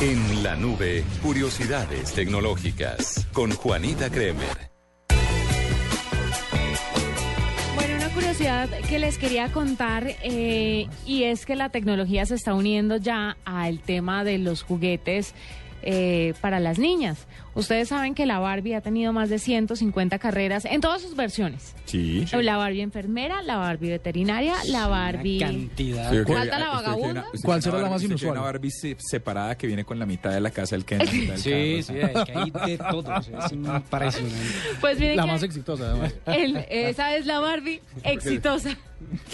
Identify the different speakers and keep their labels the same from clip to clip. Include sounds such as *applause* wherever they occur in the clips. Speaker 1: En la nube, curiosidades tecnológicas con Juanita Kremer.
Speaker 2: Bueno, una curiosidad que les quería contar eh, y es que la tecnología se está uniendo ya al tema de los juguetes. eh, para las niñas. Ustedes saben que la Barbie ha tenido más de 150 carreras en todas sus versiones.
Speaker 1: Sí.
Speaker 2: La Barbie enfermera, la Barbie veterinaria, la Barbie...
Speaker 3: cantidad.
Speaker 2: ¿Falta la vagabunda?
Speaker 4: ¿Cuál será la más
Speaker 1: Una
Speaker 4: inusual?
Speaker 1: Barbie se- separada que viene con la mitad de la casa del Ken.
Speaker 4: *laughs*
Speaker 3: Sí, sí, es que hay de todo. o sea, Es impresionante.
Speaker 2: Pues miren
Speaker 4: La
Speaker 2: que
Speaker 4: más exitosa, además.
Speaker 2: el- esa es la
Speaker 4: *laughs*
Speaker 2: Barbie exitosa.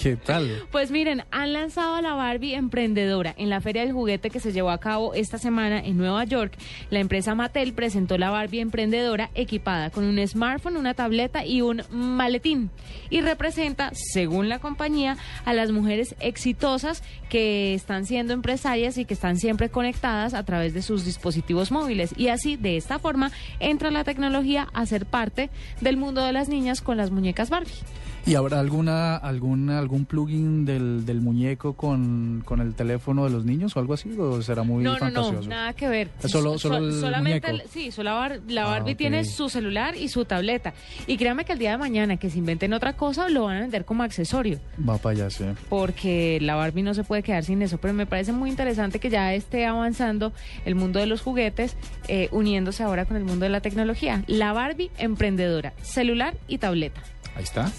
Speaker 4: ¿Qué tal?
Speaker 2: Pues miren, han lanzado a la Barbie emprendedora. En la feria del juguete que se llevó a cabo esta semana en Nueva York, la empresa Mattel presentó la Barbie emprendedora equipada con un smartphone, una tableta y un maletín. Y representa, según la compañía, a las mujeres exitosas que están siendo empresarias y que están siempre conectadas a través de sus dispositivos móviles. Y así, de esta forma, entra la tecnología a ser parte del mundo de las niñas con las muñecas Barbie.
Speaker 4: *laughs* ¿Y habrá alguna, alguna, algún plugin del, del muñeco con, con el teléfono de los niños o algo así? ¿O será muy
Speaker 2: No, no, no,
Speaker 4: fantasioso?
Speaker 2: nada que ver.
Speaker 4: Es solo-
Speaker 2: So-
Speaker 4: solo el
Speaker 2: solamente
Speaker 4: muñeco.
Speaker 2: el- sí, solo la, Bar- la
Speaker 4: Ah,
Speaker 2: Barbie
Speaker 4: ok.
Speaker 2: tiene su celular y su tableta. Y créame que el día de mañana que se inventen otra cosa lo van a vender como accesorio,
Speaker 4: Va para allá, sí.
Speaker 2: porque la Barbie no se puede quedar sin eso. Pero me parece muy interesante que ya esté avanzando el mundo de los juguetes, eh, uniéndose ahora con el mundo de la tecnología. La Barbie emprendedora, celular y tableta.
Speaker 1: Ahí está.